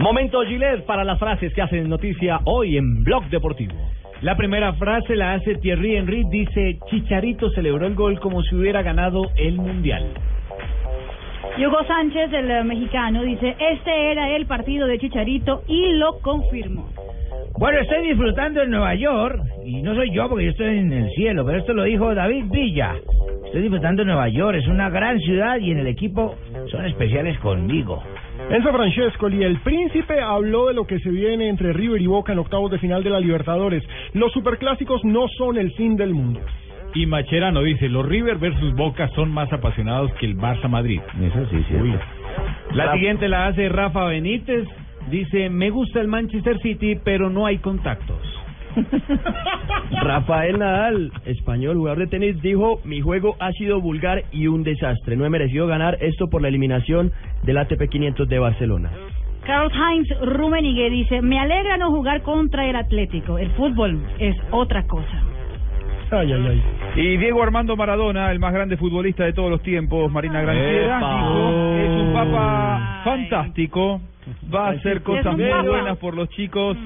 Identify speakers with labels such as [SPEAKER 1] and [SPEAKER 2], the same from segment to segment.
[SPEAKER 1] Momento Gilet para las frases que hacen noticia hoy en Blog Deportivo.
[SPEAKER 2] La primera frase la hace Thierry Henry, dice Chicharito celebró el gol como si hubiera ganado el Mundial.
[SPEAKER 3] Y Hugo Sánchez, el eh, mexicano, dice, este era el partido de Chicharito y lo confirmo.
[SPEAKER 2] Bueno, estoy disfrutando en Nueva York, y no soy yo porque yo estoy en el cielo, pero esto lo dijo David Villa. Estoy disfrutando en Nueva York, es una gran ciudad y en el equipo son especiales conmigo.
[SPEAKER 4] Enzo Francescoli, el príncipe, habló de lo que se viene entre River y Boca en octavos de final de la Libertadores. Los superclásicos no son el fin del mundo.
[SPEAKER 5] Y Macherano dice, los River versus Boca son más apasionados que el Barça Madrid.
[SPEAKER 2] Eso sí, sí.
[SPEAKER 5] La siguiente
[SPEAKER 2] La siguiente la hace Rafa Benítez. Dice, me gusta el Manchester City, pero no hay contactos.
[SPEAKER 1] Rafael Nadal, español, jugador de tenis, dijo, mi juego ha sido vulgar y un desastre. No he merecido ganar esto por la eliminación del ATP 500 de Barcelona.
[SPEAKER 3] Carl Heinz Rummenigge dice, me alegra no jugar contra el Atlético. El fútbol es otra cosa.
[SPEAKER 4] Ay, ay, ay.
[SPEAKER 5] Y Diego Armando Maradona, el más grande futbolista de todos los tiempos, Marina Granciera,
[SPEAKER 2] ¡Epa!
[SPEAKER 5] dijo, es un papa
[SPEAKER 3] Ay.
[SPEAKER 5] fantástico, va a hacer cosas
[SPEAKER 3] un
[SPEAKER 5] muy
[SPEAKER 3] papa.
[SPEAKER 5] buenas por los chicos,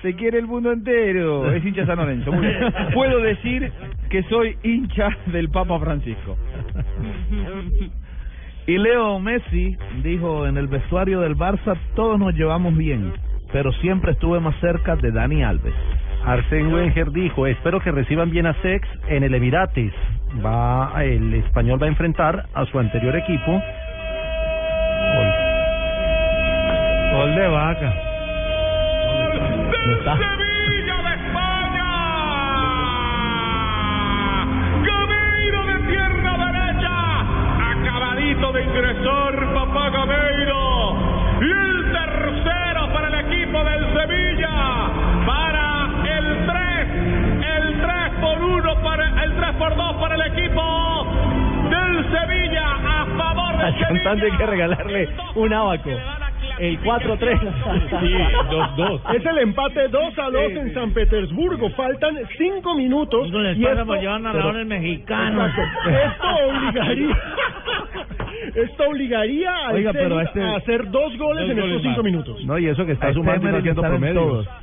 [SPEAKER 5] se quiere el mundo entero, es hincha San Lorenzo. Muy bien. Puedo decir que soy hincha del Papa Francisco.
[SPEAKER 2] Y Leo Messi dijo, en el vestuario del Barça todos nos llevamos bien, pero siempre estuve más cerca de Dani Alves.
[SPEAKER 6] Arsène Wenger dijo, espero que reciban bien a Sex en el Emirates. Va, el español va a enfrentar a su anterior equipo.
[SPEAKER 2] Gol de vaca.
[SPEAKER 1] No está.
[SPEAKER 7] Gameiro de pierna derecha, acabadito de ingresar papá Gameiro. Y el tercero para el equipo del Sevilla, para el 3, el 3 por 1, para, el 3 por 2 para el equipo del Sevilla, a favor del
[SPEAKER 1] Al
[SPEAKER 7] Sevilla.
[SPEAKER 1] cantante hay que regalarle un abaco. El 4-3.
[SPEAKER 5] Sí, 2-2.
[SPEAKER 4] Es el empate 2 a 2 en San Petersburgo. Faltan 5 minutos. y esto-
[SPEAKER 2] narradores mexicanos.
[SPEAKER 4] Exacto. Esto obligaría. Esto obligaría al
[SPEAKER 2] Oiga, pero
[SPEAKER 4] Zenit
[SPEAKER 2] este-
[SPEAKER 4] a hacer dos goles
[SPEAKER 5] Dos
[SPEAKER 4] en estos
[SPEAKER 5] goles
[SPEAKER 4] cinco
[SPEAKER 5] más.
[SPEAKER 4] minutos.
[SPEAKER 6] No, y eso que está
[SPEAKER 2] A este
[SPEAKER 6] sumando y
[SPEAKER 2] Emery
[SPEAKER 6] está
[SPEAKER 2] le
[SPEAKER 6] haciendo
[SPEAKER 2] salen
[SPEAKER 6] promedios.
[SPEAKER 2] todos.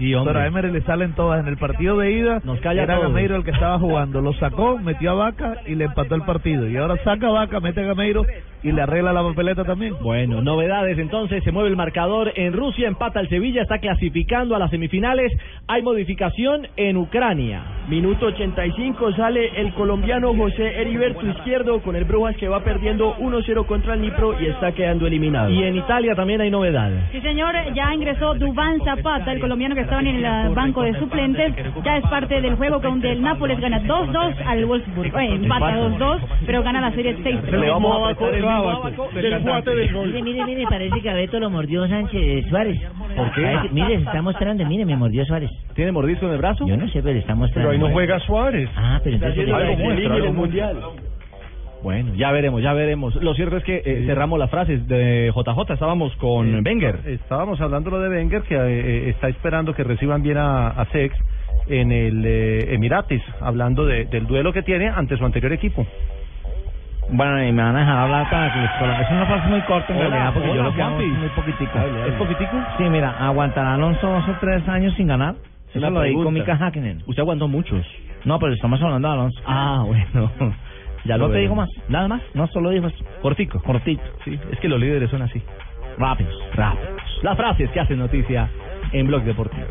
[SPEAKER 2] Pero a Emery le salen todas. En el partido de ida
[SPEAKER 1] Nos calla a
[SPEAKER 2] era
[SPEAKER 1] todos.
[SPEAKER 2] Gameiro el que estaba jugando. Lo sacó, metió a Vaca y le empató el partido. Y ahora saca a Vaca, mete a Gameiro y le arregla la papeleta también.
[SPEAKER 1] Bueno, novedades entonces, se mueve el marcador en Rusia, empata el Sevilla, está clasificando a las semifinales, hay modificación en Ucrania. Minuto 85 sale el colombiano José Heriberto Izquierdo con el Brujas que va perdiendo 1-0 contra el Nipro y está quedando eliminado. Y en Italia también hay novedades.
[SPEAKER 3] Sí, señor, ya ingresó Dubán Zapata, el colombiano que estaba en el ah, banco de suplentes. Ya es parte del juego donde el Nápoles gana 2-2 al Wolfsburg. Eh, empata 2-2, pero gana la serie 6
[SPEAKER 1] Le vamos a
[SPEAKER 4] Abaco,
[SPEAKER 1] apretar el
[SPEAKER 4] el
[SPEAKER 1] mismo
[SPEAKER 4] abaco
[SPEAKER 1] abaco
[SPEAKER 4] del guate del
[SPEAKER 8] Mire,
[SPEAKER 4] gol.
[SPEAKER 8] mire, mire, parece que a Beto lo mordió Sánchez eh, Suárez. ¿Por qué? mire, se está mostrando, mire, me mordió Suárez.
[SPEAKER 1] ¿Tiene mordizo en el brazo?
[SPEAKER 8] Yo no sé, pero está mostrando.
[SPEAKER 4] Pero ahí no juega Suárez.
[SPEAKER 8] Ah, pero
[SPEAKER 1] Está
[SPEAKER 8] entonces...
[SPEAKER 1] haciendo
[SPEAKER 4] Algo
[SPEAKER 1] la
[SPEAKER 4] muestra,
[SPEAKER 1] excelente
[SPEAKER 4] algo
[SPEAKER 1] en el mundial. Bueno, ya veremos, ya veremos. Lo cierto es que eh, cerramos las frases de JJ, estábamos con Wenger.
[SPEAKER 6] Eh, Estábamos hablando lo de Wenger, que eh, está esperando que reciban bien a, a Sex en el eh, Emirates, hablando de- del duelo que tiene ante su anterior equipo.
[SPEAKER 2] Bueno, y me van a dejar hablar para que Es una frase muy corta
[SPEAKER 6] en realidad, porque yo lo que hago es
[SPEAKER 2] muy poquitico. ¿Es poquitico? Sí, mira, aguantará Alonso dos o tres años sin ganar.
[SPEAKER 1] Es la
[SPEAKER 2] Eso lo dijo
[SPEAKER 1] pregunta.
[SPEAKER 2] Mika Hakkinen.
[SPEAKER 1] Usted aguantó muchos.
[SPEAKER 2] No, pero estamos hablando de Alonso.
[SPEAKER 1] Ah, bueno. Ya
[SPEAKER 2] no
[SPEAKER 1] lo
[SPEAKER 2] te digo
[SPEAKER 1] veremos.
[SPEAKER 2] más, nada más, no solo dijo eso.
[SPEAKER 1] Cortico.
[SPEAKER 2] Cortito.
[SPEAKER 1] Sí, es que los líderes son así.
[SPEAKER 2] Rápidos, rápidos.
[SPEAKER 1] Las frases que hacen noticia en Blog Deportivo.